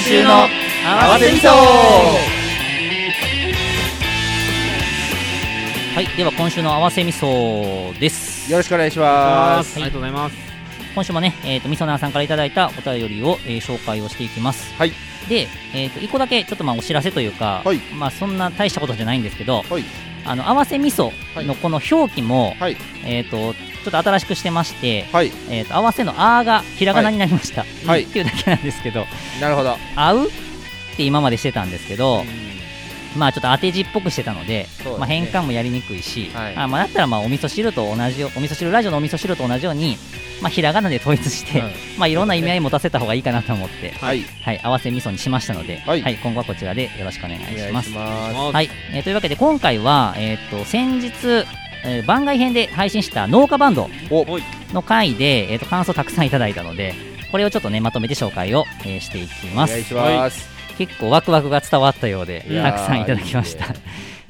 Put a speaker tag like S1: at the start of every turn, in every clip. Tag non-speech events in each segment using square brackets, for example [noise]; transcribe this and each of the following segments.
S1: 週の合わせみそはいでは今週の合わせみそです
S2: よろしくお願いします
S3: ありがとうございます。
S1: 今週もね、えー、とみそなーさんからいただいたお便りを、えー紹介をしていきます
S2: はい
S1: で、えー、と1個だけちょっとまあお知らせというか、
S2: はい
S1: まあ、そんな大したことじゃないんですけど、
S2: はい
S1: あの合わせみそのこの表記も、
S2: はい
S1: えー、とちょっと新しくしてまして、
S2: はい
S1: えー、と合わせの「あ」がひらがなになりました、
S2: はい
S1: っていうだけなんですけど
S2: なるほど
S1: 「合う」って今までしてたんですけど、まあちょっと当て字っぽくしてたので、
S2: そうですね
S1: まあ、変換もやりにくいし、
S2: はい
S1: あまあ、だったらまあお味噌汁と同じよお味噌汁ラジオのお味噌汁と同じように、まあ、ひらがなで統一して、
S2: うん
S1: まあ、いろんな意味合い持たせた方がいいかなと思って、
S2: はい
S1: はい、合わせ味噌にしましたので、は
S2: はいい
S1: 今後はこちらでよろしくお願いし
S2: お
S1: ま
S2: 願い
S1: す
S2: し。ます
S3: は。
S1: はいいえーというわけで今回は、えー、と先日、えー番外編で配信した農家バンド
S2: お
S3: はい
S1: の回で、えー、と感想たくさんいただいたのでこれをちょっとねまとめて紹介を、えーしていき
S2: お
S1: ます
S2: 願いします
S1: 結構ワクワクが伝わったようで
S2: いやー
S1: たくさんいただきました
S2: いい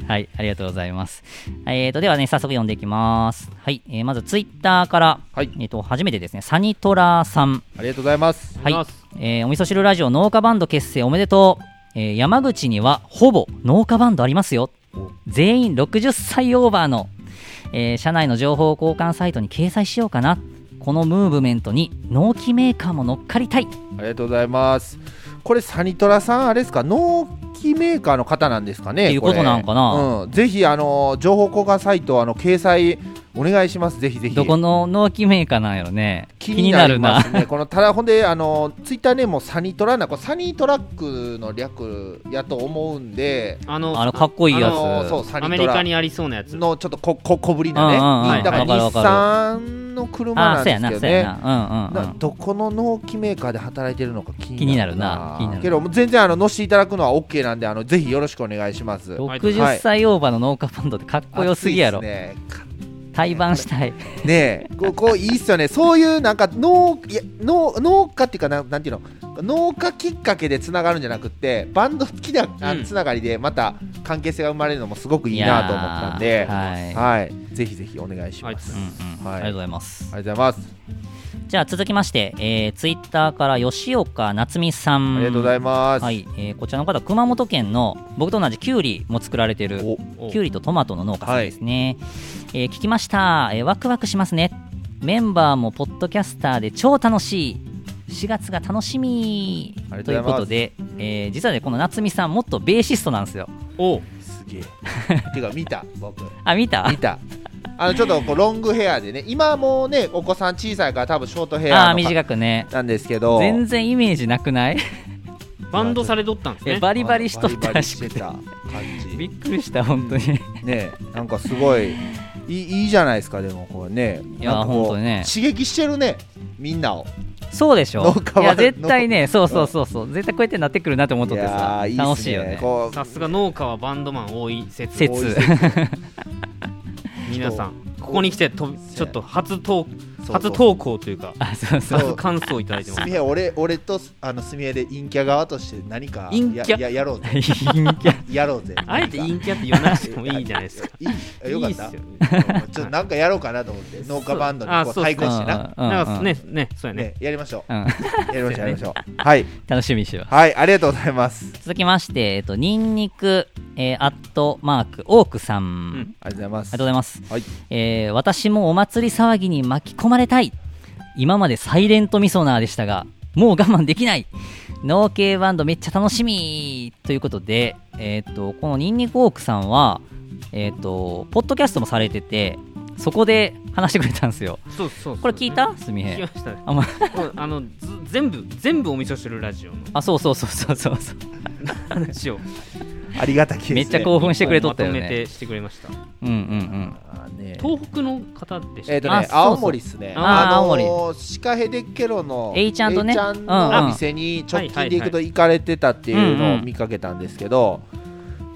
S1: [laughs] はいありがとうございます、えー、とではね早速読んでいきますはい、えーまずツイッターから、
S2: はい
S1: えー、と初めてですねサニトラさん
S2: ありがとうございます
S1: はい
S3: お願いします、
S1: えーお味噌汁ラジオ農家バンド結成おめでとう、えー山口にはほぼ農家バンドありますよ全員60歳オーバーの、えー社内の情報交換サイトに掲載しようかなこのムーブメントに納期メーカーも乗っかりたい
S2: ありがとうございますこれサニトラさんあれですか農機メーカーの方なんですかね
S1: っていうこと
S2: れ
S1: なんかな
S2: うん、ぜひあの情報交換サイトあの掲載お願いしますぜひぜひ
S1: どこの納期メーカーなんやろね
S2: 気になります
S1: 気に
S2: ね。このただほんであのツイッターねもうサニトラなこれサニートラックの略やと思うんで、
S3: あ
S1: なる
S3: の
S1: なあのかっこいいや
S3: あ
S1: つ
S3: の
S2: そうサ
S3: ア
S2: ニ
S3: メ
S2: ト
S3: リ
S2: ラ
S3: カにありそうなやつ。
S2: のちょっとここ小ぶりなね、
S1: うんうんうん
S2: いいだから
S1: はいわ
S2: 日
S1: かるわ
S2: 産の車
S1: あ
S2: な
S1: あ
S2: ん
S1: そう
S2: で
S1: や
S2: すけ
S1: な
S2: ど
S1: そうや
S2: ね。
S1: なうんうん、う、
S2: なんどこの納期メーカーで働いてるのか気にな
S1: 気になる
S2: るな
S1: な気になる
S2: けどもう全然あの載せていただくのは OK なんであのぜひよろしくお願いします
S1: 60歳オーバーの農家バンドってかっこよすぎやろ、
S2: 暑いっすね
S1: 対バンしたい
S2: ねえ、ここういいっすよね、そういうなんか農いや農農家っていうかなん、なんていうの、農家きっかけでつながるんじゃなくって、バンド好きな、あ
S3: うん
S2: つながりで、また関係性が生まれるのもすごくいいなと思ったん
S1: いやー
S2: で、
S1: はい
S2: はい、ぜひぜひお願いします。
S1: うんうんあ
S2: はい
S1: りがとうございます
S2: ありがとうございます。
S1: じゃあ続きまして、えー、ツイッターから吉岡夏美さん
S2: ありがとうございます。
S1: はいえーこちらの方熊本県の僕と同じキュウリも作られてる
S2: お、
S3: お
S1: キュウリとトマトの農家さんですね、えー聞きました、えーワクワクしますねメンバーもポッドキャスターで超楽しい4月が楽しみ
S2: ありが
S1: と
S2: と
S1: いうう
S2: ご
S1: こ
S2: ざい
S1: と
S2: ます
S1: で、えー実はねこの夏美さんもっとベーシストなんですよ
S3: お
S2: すげえ。 [laughs] てか見た、僕
S1: あ見た
S2: 見た。あのちょっとこうロングヘアでね、今もうね、お子さん小さいから多分ショートヘ
S1: あー
S2: アの方
S1: 短くね
S2: なんですけど、
S1: 全然イメージなくない
S3: バンドされとったんです
S1: いや [laughs]
S3: ね。
S1: バリバリしとっ
S2: バ
S1: た
S2: リバ
S1: ら
S2: リ
S1: し
S2: して
S1: くて
S2: た感じ。
S1: びっくりした本当に
S2: ねなんかすごいいいいいじゃないですかでもこれね
S1: いや
S2: なんかこう
S1: ほんとね
S2: 刺激してるねみんなを
S1: そうでしょ
S2: 農家はい
S1: や絶対ねそうそうそうそう絶対こうやってなってくるなって思っとってさ
S2: いやーいいっす
S1: 楽しいよね
S2: こう
S3: さすが農家はバンドマン多い説
S1: 説
S2: 多いっす
S3: 皆さんここに来てとちょっと初投
S2: そう
S3: 初投稿というか
S1: [laughs] あそうそう
S2: そう
S3: 初感想をいただいてます
S2: すみえ俺俺とあのすみえで陰キャ側として何か
S3: 陰キャ
S2: やややろうぜ
S1: 陰キャ [laughs]
S2: やろうぜ
S3: あえて陰キャって言わなくてもいいじゃないですか
S2: いいあ [laughs] よかった
S3: いいっすよね
S2: うんちょっとなんかやろうかなと思って農家バンドに
S3: あ
S2: こう
S3: そうっすね
S2: 対抗してな、
S1: うんうん
S3: なんかねねそうやね
S2: ね、やりましょ
S1: うん
S2: う
S1: [laughs]
S2: やりましょうやりましょうはい
S1: 楽しみにしよう
S2: はいありがとうございます
S1: 続きましてえっとニンニクえーアットマークオークさん、
S3: ん
S2: ありがとうございま
S1: あり
S2: す
S1: がとうございます、
S2: はい
S1: えー私もお祭り騒ぎに巻き込まれたい今までサイレントミソナーでしたがもう我慢できない農系バンドめっちゃ楽しみということで、えー、とこのニンニクオークさんは、えー、とポッドキャストもされててそこで話してくれたんですよ
S3: そうそうそう
S1: これ聞いたすみへ
S3: 聞きま
S1: ん
S3: したね
S1: あ,、ま
S3: うんあのず全部全部お味噌汁
S1: [laughs]
S3: ラジオの
S1: あそうそうそうそうそうそう
S3: 話を
S2: ありがたきです、ね、
S1: めっちゃ興奮してくれとったよ
S3: まと
S1: ね
S3: めてしてくれました
S1: うんうんうん
S2: あーね
S3: 東北の方でした
S2: えっ、とね
S1: あそうそう
S2: 青森っすね。
S3: あ
S1: ー
S2: あのー、
S1: 青
S2: シカヘデケロの
S1: A ちゃんとね
S2: A ちゃん
S1: うんうん
S2: のお店に直近で行くと行かれてたっていうのを見かけたんですけど、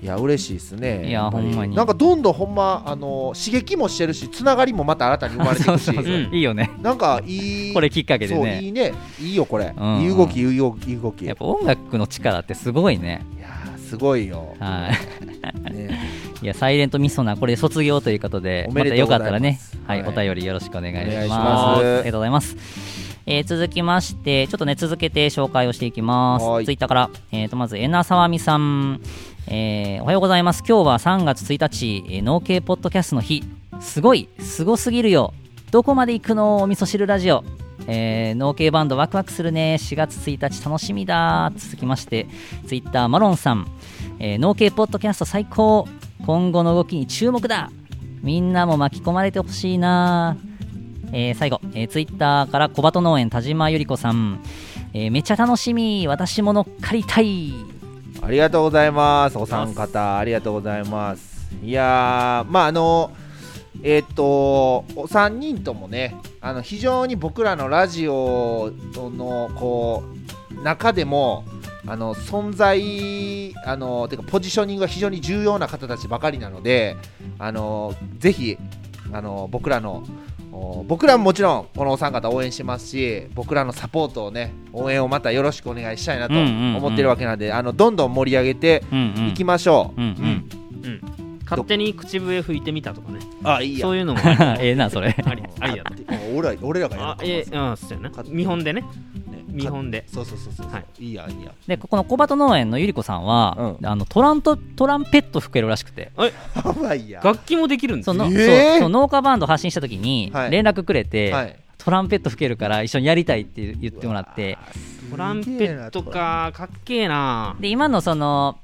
S2: いや嬉しいですね。
S1: いや
S2: っぱり
S1: ほんまに
S2: なんかどんどんほんまあのー刺激もしてるし、つながりもまた新たに生まれてい
S1: そう [laughs]
S2: く
S1: そうそう、
S2: し、
S3: うん
S1: いいよね
S2: なんかいい。
S1: これきっかけで
S2: そう
S1: ね
S2: いいね。いいよこれ。
S1: うんうん
S2: いい動きいい動きいい動き。い
S1: やっ
S2: や
S1: ぱ音楽の力ってすごいね
S2: ーすごいよ。
S1: はい
S2: ね、
S1: いや、サイレントミソナー、これ卒業ということで、
S2: お
S1: また
S2: めでと
S1: よ
S2: うござ
S1: か
S2: い
S1: っ
S2: ます
S1: たらね、はい、
S2: はい
S1: お便りよろしくお願いし
S2: お願いし
S1: ま。
S2: ますす
S1: ありがとうございます。えー続きまして、ちょっとね、続けて紹介をしていきます。
S2: はーい
S1: ツイッターから、えーと、まず、えなさわみさん、えーおはようございます。今日は3月1日、えー農系ポッドキャストの日。すごい、すごすぎるよ。どこまで行くのお味噌汁ラジオ。えー農系バンドワクワクするね。4月1日楽しみだ。続きまして、ツイッターマロンさん、えー農系ポッドキャスト最高。今後の動きに注目だ。みんなも巻き込まれてほしいな。えー最後、えー、ツイッターから小鳩農園田島ゆり子さん、えーめちゃ楽しみ私も乗っかりたい
S2: ありがとうございます。お三方、ありがとうございます。いやー、まあ、あの、えーっと、お三人ともね、あの、非常に僕らのラジオの、こう、中でも、あの存在あのてかポジショニングが非常に重要な方たちばかりなのであのぜひあの僕らのお僕らももちろんこのお三方応援してますし僕らのサポートをね応援をまたよろしくお願いしたいなと
S1: うんうんうん
S2: 思ってるわけなんで、あのどんどん盛り上げて
S1: うんう
S2: いきましょう、
S1: うんうん
S3: うん勝手に口笛吹いてみたとかね
S2: あいいや
S3: そういうのもあり
S1: ええなそれ
S3: [laughs] ありありやと
S2: 俺ら俺らがやる
S3: あ
S2: か
S3: えうんそうやな
S2: 勝手に
S3: 見本でね
S2: ね
S3: 見本で
S2: そうそうそうそう、、
S3: はい
S2: いやいいや
S1: でここの小鳩農園のゆり子さんは、
S2: う
S1: あのトラントトランペット吹けるらしくて
S2: やばいや
S3: 楽器もできるんです
S1: そ
S3: よ
S1: の、
S2: えー
S1: そうそう農家バンド発信した時に
S2: はい
S1: 連絡くれて、
S2: はい
S1: トランペット吹けるから一緒にやりたいって言ってもらって
S3: トランペットかかっけえな
S1: で今のその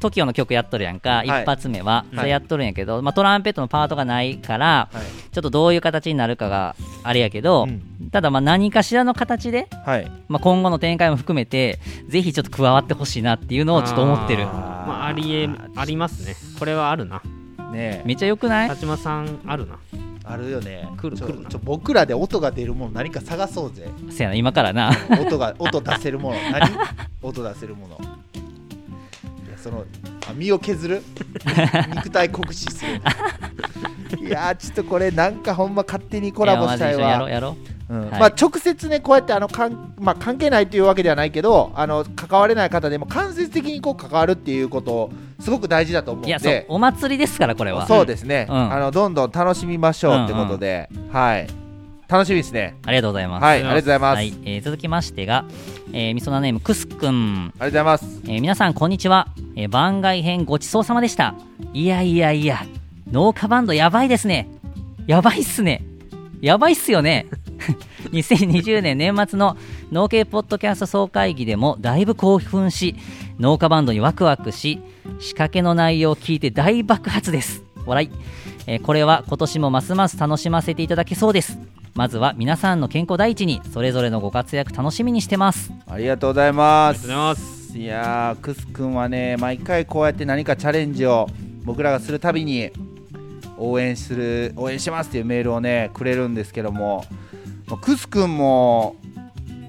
S1: TOKIO の曲やっとるやんか、
S2: い
S1: 一発目は、
S2: い
S1: それやっとるんやけど、まあ、トランペットのパートがないから、
S2: はい
S1: ちょっとどういう形になるかがあれやけど、
S2: うん
S1: ただまあ何かしらの形で、
S2: はい
S1: まあ、今後の展開も含めてぜひちょっと加わってほしいなっていうのをちょっと思ってる
S3: あーまあありえありますねこれはあるな
S2: ねえ
S1: めっちゃよくない
S3: 田島さんあるな
S2: あるよね
S3: 来る
S2: ちょ
S3: 来るな
S2: ちょ僕らで音が出るもの何か探そう
S1: [laughs]
S2: ぜ
S1: せやな今からな
S2: 音が音出せるもの
S1: [laughs]
S2: 何音出せるものいやそのあ身を
S1: [laughs]
S2: 削る肉体酷使するいやーちょっとこれなんかほんま勝手にコラボした
S1: や
S2: い
S1: まあ一緒にやろ
S2: わ
S1: うやろ
S2: うん
S1: はい
S2: まあ直接ねこうやってあのかん、まあ、関係ないというわけではないけどあの関われない方でも間接的にこう関わるっていうことすごく大事だと思う
S1: う
S2: んで
S1: いやそうお祭りですからこれは
S2: そうですね、
S1: うん
S2: あのどんどん楽しみましょうってことで、はい楽しみですね
S1: ありがとうございます、
S2: はいありがとうございます、
S1: はいえー続きましてが、えー、みそなネームくすくん
S2: ありがとうございます
S1: えー皆さんこんにちは、えー番外編ごちそうさまでしたいやいやいや農家バンドやばいですねやばいっすねやばいっすよね [laughs] 2020年年末の農系ポッドキャスト総会議でもだいぶ興奮し農家バンドにワクワクし仕掛けの内容を聞いて大爆発です笑い、えーこれは今年もますます楽しませていただけそうですまずは皆さんの健康第一にそれぞれのご活躍楽しみにしてます
S2: ありがとうございま
S3: ありがとうご
S2: す
S3: ざいます
S2: いやークス君はね毎回こうやって何かチャレンジを僕らがするたびに応援する応援しますっていうメールをねくれるんですけどもまあクス君も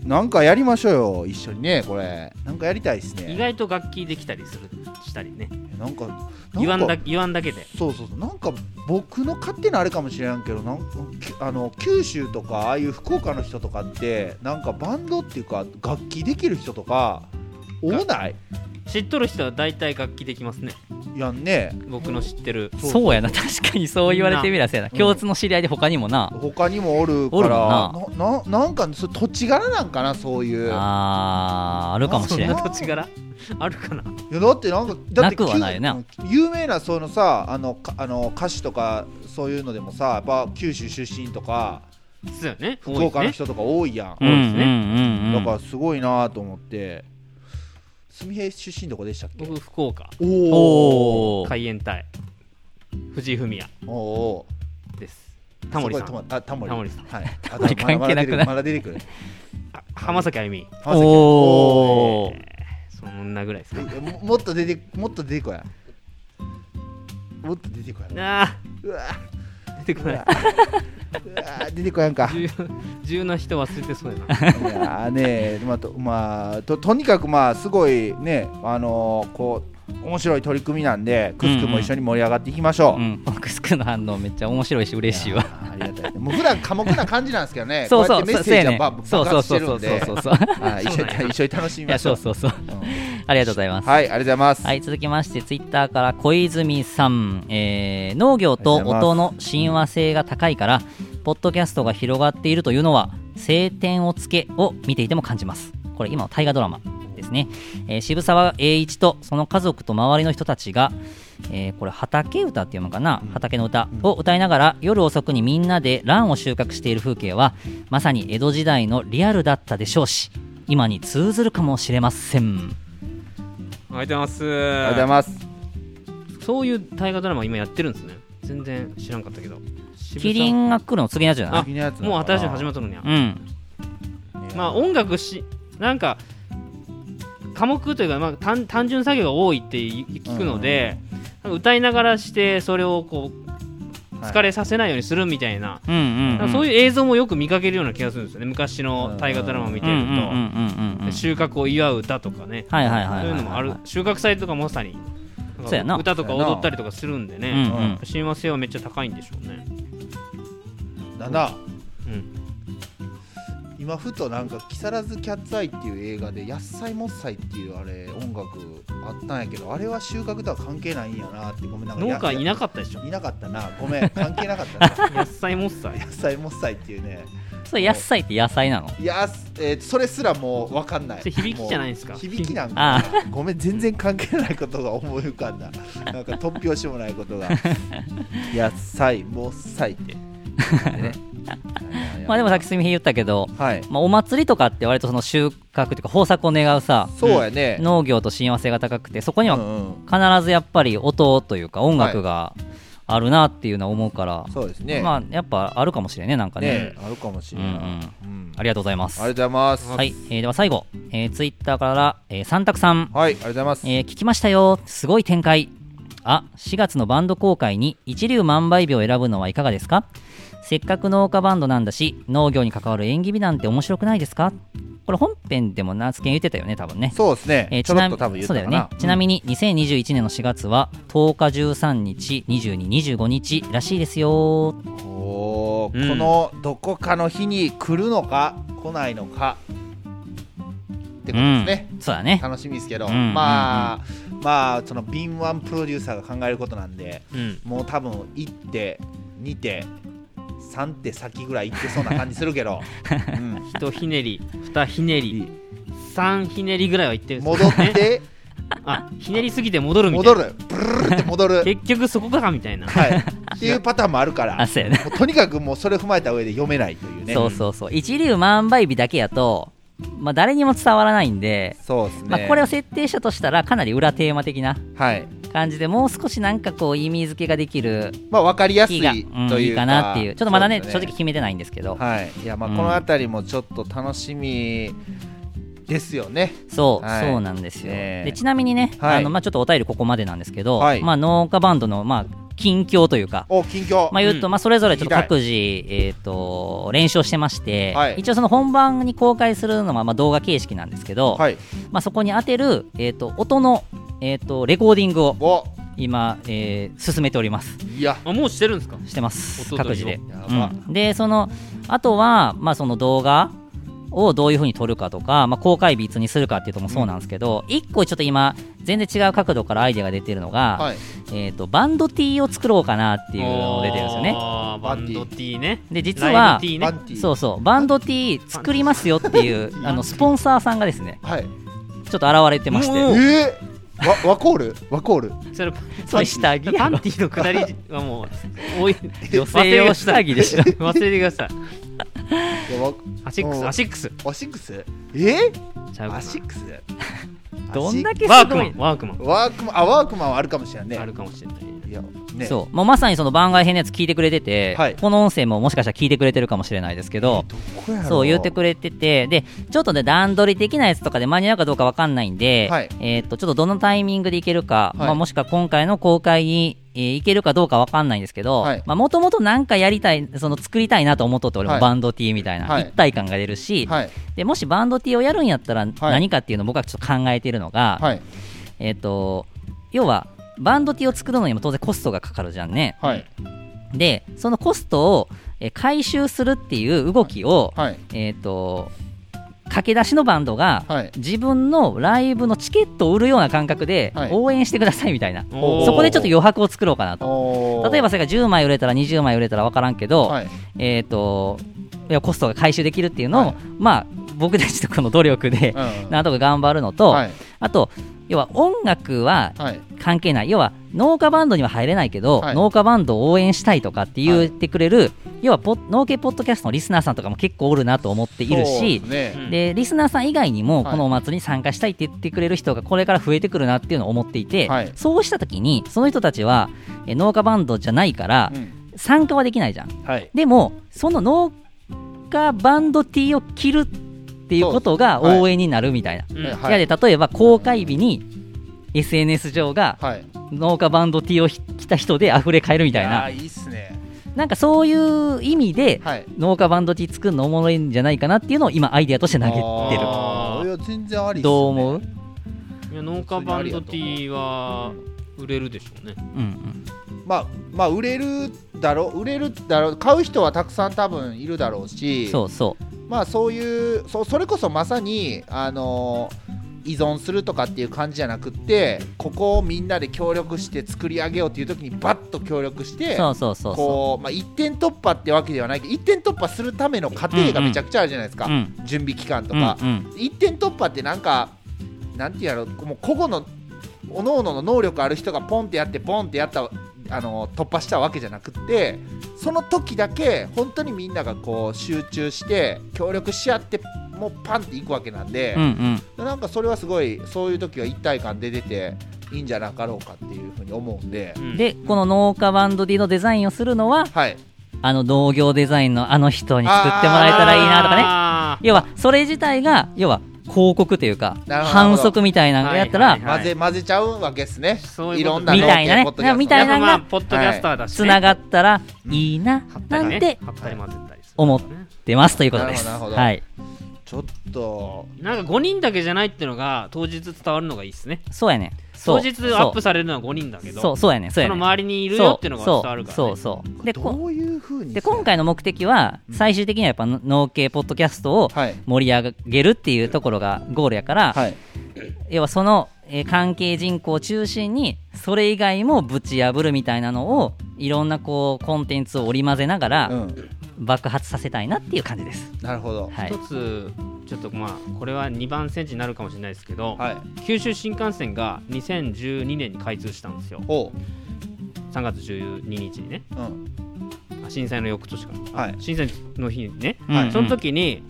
S2: なんかやりましょうよ一緒にねこれなんかやりたいです
S3: 意
S2: ね
S3: 外と楽器できたりするしたりね
S2: なんかなんか
S3: 言わんだ言わんだけで
S2: そうそうそうなんか僕の勝手なあれかもしれんけどなんかきあの九州とかああいう福岡の人とかってなんかバンドっていうか楽器できる人とか多ない
S3: 知っとる人は大体楽器できますね
S2: やんね
S3: 僕の知ってる
S2: そう
S1: そうやな確かにそう言われてみりゃそうやな
S2: うん
S1: 共通の知り合いで他にもな、
S2: 他にもおるか
S1: おる
S2: ら
S1: も
S2: なななんかそれ土地柄なんかなそういう
S1: あーあるかもしれん
S2: あ
S1: な
S2: そ
S1: い
S2: ん
S3: [laughs] 土地柄あるかない
S2: やだってなんかだって
S1: なくはないな
S2: きゅ有名なそのさあのかあの歌手とかそういうのでもさやっぱ九州出身とか
S3: そうよね
S2: 福岡の
S3: 多いね
S2: 人とか多いやん
S1: うんうん
S3: ね
S1: うんう
S2: だ
S1: ん
S2: からすごいなと思って住平出身どこでしたっけ
S3: 僕福岡
S2: おお
S1: おー
S3: 海援隊藤井フミヤ
S2: おお
S3: ですタモリさ
S2: そこ
S3: ん
S2: へあタモリ
S3: タモリさん
S2: はいタ
S1: モリ関係なくない
S2: まだ出てくる
S3: あ浜崎あゆみ
S2: まだ出てくる
S1: おー
S3: そんなぐらいですか
S2: えももっと出てもっと出てこやもっと出てこや
S3: あ
S2: うわ
S3: ー出てこ
S2: う
S3: ない
S2: わうわ出てこや
S3: [laughs]
S2: んかい
S3: 重重な人忘れてそ
S2: [laughs]
S3: うやな
S2: やーねまあと,、まあ、ととにかくまあすごいねあのーこう面白い取り組みなんでくすくも一緒に盛り上がっていきましょう、
S1: うんこのクスクの反応めっちゃ面白いし嬉しいわ
S2: あーありがたいねもう普段寡黙な感じなんですけどね
S1: [laughs] そう
S2: こう
S1: そ
S2: やっ
S1: う
S2: てメ
S1: そ
S2: ッ
S1: う
S2: セージ
S1: や
S2: が
S1: ね
S2: ば爆
S1: そうそう
S2: 発し
S1: そ
S2: て
S1: う
S2: る
S1: そ
S2: ん
S1: う
S2: で
S1: そうそう
S2: はい一緒に一緒に楽しみ
S1: いや
S2: ましょ
S1: そううそうそう
S2: うん
S1: ありがとうございます
S2: はいありがとうございます
S1: はい、続きまして、ツイッターから小泉さん、えー農業と音の親和性が高いから、ポッドキャストが広がっているというのは「晴天をつけ」を見ていても感じますこれ今の大河ドラマですね、えー渋沢栄一とその家族と周りの人たちが、えーこれ畑歌っていうのかな畑の歌を歌いながら夜遅くにみんなで蘭を収穫している風景はまさに江戸時代のリアルだったでしょうし今に通ずるかもしれません
S3: おはようございます
S2: ありがとうございます
S3: そういう大河ドラマ今やってるんですね全然知らんかったけど
S1: キリンが来るの次のやつじゃない
S3: あもう新しいの始まっとるんや
S1: うん
S3: まあ音楽しなんか科目というか、まあ、単単純作業が多いってい聞くので、なんか歌いながらしてそれをこう
S2: はい
S3: 疲れさせないようにするみたいな,、
S1: うんうんうん
S3: そういう映像もよく見かけるような気がするんですよね昔の大河ドラマを見てると、
S1: うんうんうんうんうん
S3: 収穫を祝う歌とかね、
S1: はいはいはいはいはい
S3: そういうのもある収穫祭とかまさになんか
S1: そうやな
S3: 歌とか
S2: そうやな
S3: 踊ったりとかするんで
S1: うん
S3: ね
S1: うん
S3: 親和性はめっちゃ高いんでしょうね、
S2: だな
S3: うん、
S2: 今ふとなんか「木更津キャッツアイ」っていう映画で「やっさいもっさい」っていうあれ音楽あったんやけどあれは収穫とは関係ないんやなってごめんなんか
S3: 農家いな
S2: か
S3: かったでしょ
S2: いなかったなごめん関係なかったな [laughs]
S3: 野菜もっ
S1: [laughs]
S3: さい
S2: やっさいもっさいっていうね
S1: それ野菜って野菜なの
S2: いやすえーそれすらもう分かんない
S3: それ響きじゃないですか
S2: もう響きなんか
S1: あ
S2: なごめん全然関係ないことが思い浮かんだなんか突拍子もないことが「やっさいもっさい」って、ね
S1: まあでもさっきすみへ言ったけど、
S2: はい
S1: まあ、お祭りとかって割とその収穫というか豊作を願うさ
S2: そうやね、
S1: 農業と親和性が高くてそこに
S2: う
S1: は
S2: んうん
S1: 必ずやっぱり音というか音楽があるなっていうのは思うから、
S2: そうですね。
S1: まあやっぱあるかもしれんねなんかね
S2: ね、あるかもしれない。うん
S1: あ
S2: あ
S1: りがとうございます
S2: りがとうございます。
S1: はい、えーでは最後、えー、ツイッターから、えー、三択さん
S2: はい、ありがとうございます。
S1: えー聞きましたよすごい展開あ4月のバンド公開に一粒万倍日を選ぶのはいかがですかせっかく農家バンドなんだし農業に関わる縁起日なんて面白くないですかこれ本編でも夏健言ってたよね多分ね
S2: そうですね。
S1: えー
S2: ちょろっと多分言っ
S1: そうだよ
S2: たか
S1: ね
S2: な。。
S1: ちなみに2021年の4月は10日13日、22、25日らしいですよ。
S2: うんおー
S3: うん
S2: このどこかの日に来るのか来ないのかってことですね。
S1: うん。そうだね。
S2: 楽しみですけど、
S1: うん
S2: まあ、まあその敏腕プロデューサーが考えることなんで、
S3: うん
S2: もう多分1手、2手、3手先ぐらい行ってそうな感じするけ
S1: [laughs]
S2: ど、うん
S3: ひとひねり、ふたひねり、三ひねりぐらいは言ってるんです
S2: 戻
S3: よ
S2: っ
S3: ね。
S1: [laughs]
S2: て
S3: あ、ひねりすぎて戻るみたい
S2: 戻
S3: な。
S2: る、ブルーって戻る。
S3: 結局そこかみたい
S1: [laughs]
S3: な。
S2: はい、っていうパターンもあるから、
S1: あ、そうやね。
S2: もうとにかくもうそれを踏まえた上で読めないというね。
S1: そうそうそう。一粒万倍日だけやと、まあ誰にも伝わらないんで、
S2: そうですね。
S1: まあこれを設定したとしたらかなり裏テーマ的な
S2: はい。
S1: 感じでもう少しなんかこう意味付けができる
S2: まあわかりやす
S1: 日
S2: い
S1: が、
S2: と
S1: うん、
S2: いうか、
S1: いいかなっていう。ちょっとまだね、
S2: そ
S1: 正
S2: うです
S1: 直決めてないんですけど。
S2: はい。いやまあ
S1: うん
S2: このあたりもちょっと楽しみですよね。
S1: そう、
S2: はい
S1: そうなんですよ。
S2: ねえ
S1: でちなみにね、
S2: はい
S1: あのまあちょっとお便りここまでなんですけど、
S2: はい
S1: まあ農家バンドのまあ近況というか。
S2: お近況。
S1: まあ言うと、
S3: うん
S1: まあそれぞれちょっと
S2: 聞きたい
S1: 各自、えっ、と、練習をしてまして、
S2: はい
S1: 一応その本番に公開するのは、まあ動画形式なんですけど、
S2: はい。
S1: まあそこに当てる、えっ、と、音の、えっ、と、レコーディングを
S2: お
S1: 今、えー進めております。
S2: いや
S3: あ、もうしてるんですか。
S1: してます。
S3: 音と
S1: 各自で。
S3: 色
S2: やば
S1: うんで、その、あとは、まあその動画をどういう風に撮るかとか、まあ公開日いつにするかっていうともそうなんですけど、一、個ちょっと今、全然違う角度からアイデアが出てるのが、
S2: はい。
S1: えっ、と、バンド T を作ろうかなっていうのが出てるんですよね。
S3: あーバンド T ね。
S1: で実は
S3: ライブ T
S2: バ
S3: ね。
S2: ンティ。
S1: そうそうバンド T 作りますよっていうあのスポンサーさんがですね
S2: はい。
S1: ちょっと現れてまし
S3: お
S1: て
S3: う
S2: えー、わワコールワコール。
S3: それ
S1: それ下着
S3: パ
S1: や
S3: ン
S1: ろ
S3: ティの下りはもう
S1: [laughs]
S3: 多い。
S1: 女性用下着でしょ
S3: 忘れてください。
S2: いやわ
S3: アシック
S2: う
S3: ス、
S2: ん
S3: アシックス。
S2: アシックス？え
S3: ち
S2: ー？
S3: ゃうかな
S2: アシックス？
S1: [laughs] どんだ
S2: け？
S1: けす
S3: ワーク
S1: ご
S3: マ
S1: い
S3: ン、ワークマン。
S2: ワークマンあワークマンはあるかもしれないね。
S3: あるかもしれない。
S2: いやね。
S1: そうもうまさにその番外編のやつ聞いてくれてて、
S2: はい
S1: この音声ももしかしたら聞いてくれてるかもしれないですけど
S2: どこやろ
S1: そう言ってくれててでちょっとね段取り的なやつとかで間に合うかどうかわかんないんで、
S2: はい
S1: えー、とちょっとどのタイミングでいけるか、
S2: はい
S1: まあ、もしくは今回の公開に、えーいけるかどうかわかんないんですけど
S2: はい
S1: もともとなんかやりたいその作りたいなと思っとって俺も
S2: はい
S1: バンド T みたいな、
S2: はい
S1: 一体感が出るし、
S2: はい
S1: でもしバンド T をやるんやったら何かっていうのを僕はちょっと考えてるのが、
S2: はい
S1: えっ、と要はバンド T を作るのにも当然コストがかかるじゃんね
S2: はい
S1: でそのコストをえー回収するっていう動きを、
S2: はい。
S1: えっ、と駆け出しのバンドが、
S2: はい
S1: 自分のライブのチケットを売るような感覚で
S2: はい
S1: 応援してくださいみたいな、
S3: おー
S1: そこでちょっと余白を作ろうかなと。
S2: おー
S1: 例えばそれが10枚売れたら20枚売れたら分からんけど、
S2: はい
S1: えっ、といやコストが回収できるっていうのを、
S2: はい
S1: まあ僕たちとこの努力で、
S2: う
S1: [laughs]
S2: ん
S1: なんとか頑張るのと、
S2: はい
S1: あと要は音楽は
S2: はい
S1: 関係ない要は農家バンドには入れないけど、
S2: はい
S1: 農家バンドを応援したいとかって
S2: は
S1: 言
S2: い
S1: ってくれる、要はポッ農家ポッドキャストのリスナーさんとかも結構おるなと思っているし
S2: そうですね
S1: でリスナーさん以外にも
S2: はい
S1: このお祭りに参加したいって言ってくれる人がこれから増えてくるなっていうのを思っていて、
S2: はい
S1: そうした時にその人たちはえ農家バンドじゃないから
S2: うん
S1: 参加はできないじゃん
S2: はい
S1: でもその農家バンド T を着るっていうことが
S2: そうですはい
S1: 応援になるみたいな、
S3: うん
S2: はい
S1: いやで例えば公開日に SNS 上が
S2: はい
S1: 農家バンド T を着た人で溢れ返るみたい
S2: あ
S1: な
S2: ーいいっすね
S1: なんかそういう意味で
S2: はい
S1: 農家バンド T 作るのおもろいんじゃないかなっていうのを今アイデアとして投げて
S2: あ
S1: る
S2: ーいや全然ありっすね
S1: どう思う、
S3: いや農家バンド T は売れるでしょうね
S1: うんうん、
S2: まあまあ売れるだろう売れるだろう買う人はたくさん多分いるだろうし
S1: そうそ
S2: まあそういうそうそれこそまさにあの依存するとかっていう感じじゃなくってここをみんなで協力して作り上げようっていう時にバッと協力し
S1: う
S2: て
S1: そうそうそうそ
S2: こう、まあ、一点突破ってわけではないけど一点突破するための過程がめちゃくちゃあるじゃないですか、
S1: ううん
S2: 準備期間と
S1: うん
S2: か、
S1: うん
S2: 一点突破ってなんかなんていうやろもう個々のおののの能力ある人がポンってやってポンってやったあの突破したわけじゃなくってその時だけ本当にみんながこう集中して協力し合ってもうパンっていくわけなんで
S1: うんう、ん
S2: なんかそれはすごいそういう時は一体感で出ていいんじゃなかろうかっていうふうに思うんで、
S3: うん
S1: でこの農家バンド D のデザインをするのは
S2: はい
S1: あの農業デザインのあの人に作ってもらえたらいいなとかね
S3: あー
S1: 要はそれ自体が要は広告というか
S2: なるほど
S1: 反則みたいなのやったら、
S3: はいはい
S2: 混ぜ混ぜちゃうわけですね
S3: そう
S2: い
S3: いうこ
S2: ろ
S3: と
S2: んな
S1: みたいなね
S2: 農家ポッドキャスト
S1: みたいな
S3: やっぱまあポッドキャスターだし
S1: つながったらいいな、
S3: 貼った
S1: な
S3: り
S1: ん
S3: ね
S1: て
S3: 貼ったり混ぜたりする
S1: 思ってますということです。
S2: なるほどなるほど
S1: はい、
S2: ちょっと
S3: なんか5人だけじゃないってのが当日伝わるのがいいですね
S1: そうやねん。そ
S3: 当
S1: う
S3: 日アップされるのは5人だけ
S1: そ
S3: ど
S1: うそうそうやねん。そうや
S3: の
S1: ねん。
S3: 周りにいるよってのが伝わるから、ね、
S1: そうそうそうそう。でこ
S2: どういうふうに
S1: で今回の目的は
S2: うん
S1: 最終的にはやっぱ農系ポッドキャストを
S2: はい
S1: 盛り上げるっていうところがゴールやから、
S2: はい
S1: 要はその、えー関係人口を中心にそれ以外もぶち破るみたいなのをいろんなこうコンテンツを織り交ぜながら、
S2: うん
S1: 爆発させたいなっていう感じです。
S2: なるほど
S1: はい
S3: 一、つちょっとまあこれは2番線地になるかもしれないですけど、
S2: はい
S3: 九州新幹線が2012年に開通したんですよ
S2: おう
S3: 3月12日にね
S2: うん
S3: あ震災の翌年から、あ
S2: はい
S3: 震災の日にね、
S1: はい
S3: その時に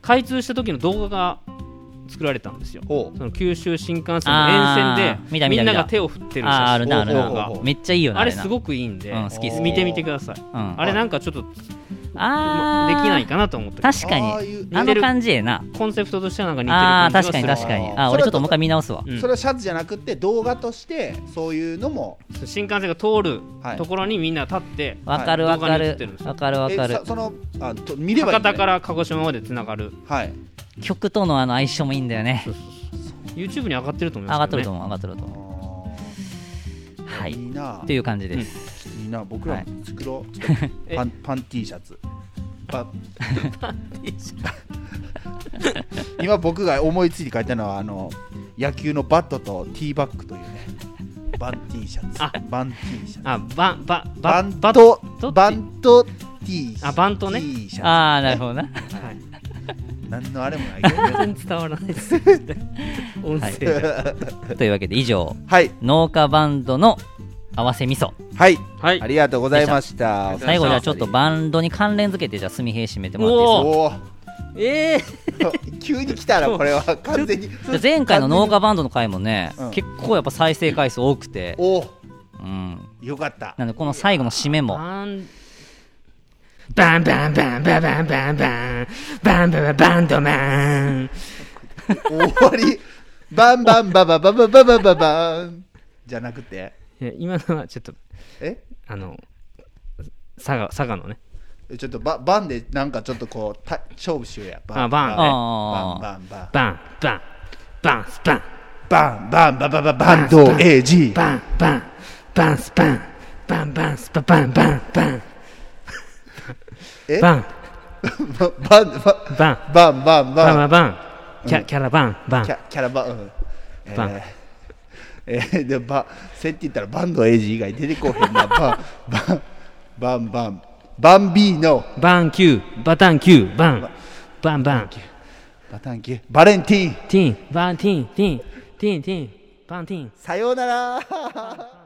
S3: 開通した時の動画が作られたんですよ
S2: おう
S3: その九州新幹線の沿
S1: あ
S3: 線
S1: ー
S3: で
S1: 見た見
S3: み
S1: た
S3: ん
S1: 見た
S3: なが手を振ってる写
S1: あーある
S3: 真
S1: なある
S2: おうおう
S1: な
S2: おう
S1: めっちゃいいよな
S3: あれす
S1: い、
S3: ごくいいんで、
S1: うん好き
S2: 好き
S3: 見てみてください
S1: うん、
S3: あれなんかちょっとでき
S1: あー
S3: ないかなと思って
S1: 確か
S2: ああ
S1: に
S2: いう
S1: あの感じええな
S3: コンセプトとしてはなんか似てる
S1: ああ
S3: 感
S1: ー
S3: じがす
S1: 確か
S3: る
S1: に確かにあー
S2: そ
S1: 俺
S2: れ
S1: ちょっともう一回見直すわ
S3: うん
S2: それはシャツじゃなくて動画としてそういうのも
S3: 新幹線が通る
S2: はい
S3: ところにみんなが立って、
S1: わかるわか
S3: 動画に映っ
S1: る
S3: てるんですよ
S1: わかるわか
S2: え
S1: る
S2: さそのあと見ればいい
S3: 博
S2: んだ
S3: 多
S2: ね
S3: から鹿児島までつながる
S2: はい
S1: 曲とのあの相性もいいんだよね
S3: YouTube に上がってると思い
S1: 上
S3: ます
S1: がっと
S3: け
S1: ると
S3: どね
S1: 思う上がっとると
S2: あ
S1: 思う
S2: ー
S1: はい
S2: い
S1: っ
S2: な
S1: ていう感じです、
S2: いいな僕らも作
S3: [laughs]
S2: ろうちょっと
S3: え
S2: パンパン T シャツパ今僕が思いついて書いたのはあの野球のバットとティーバッグ
S3: [laughs]
S2: というねバン T シャ
S3: あ
S2: ツバン T シャツ
S3: あバンバ
S2: バ
S3: バ
S2: ン
S3: バ
S2: ト
S3: どっち
S2: バント T シャツ
S3: あバントね
S2: T シャツ
S1: ああなるほどな [laughs]
S3: はい
S2: 何のあれもないけどね
S3: 全然伝わらないです [laughs] 音
S1: はい
S3: 声が
S1: というわけで以上
S2: はい
S1: 農家バンドの合わせ味噌
S2: はい
S3: はい
S2: ありがとうございました
S1: 最後じゃあちょっと
S2: バン
S1: バンドに関連付けてじゃあ隅平締めてもらっていいですか
S2: おー
S3: ええ
S2: 急に来たらこれは完全に
S1: で前回の農家バンドの回もね、
S2: うん
S1: 結構やっぱ再生回数多くて、
S2: おー
S1: うん、
S2: よかった
S1: なのでこの最後の締めも
S3: バン
S4: バンバンバンバンバンバンバンバンバンバンドマン
S2: 終わりバンバンババババババババンじゃなくて
S3: いや今のはちょっと
S2: え
S3: あの佐賀佐賀のね
S2: ちょっとババンでなんかちょっとこうた勝負しようや
S3: あバン
S2: バン
S1: あ
S2: バンバン
S3: バンバン
S4: バンスパン
S2: バンバンバンバンバンバンド AG
S4: バンバンバンスパンバンバンスパバンバンバン
S2: え
S3: バン
S2: バンバン
S3: バン
S2: バンバン
S3: バン
S2: バン
S3: バンバンキャキャラバンバン
S2: キャキャラバン、うんえ
S3: バン
S2: ー [laughs] えーでバセって言ったらバンドエイジ以外出てこへんなバンバンバンバンバンビーノ
S3: バンキューバタンキューバンバンバン
S2: バタンキュバレンティン
S3: ティンバンティンティンティンティンバンティン
S2: さようなら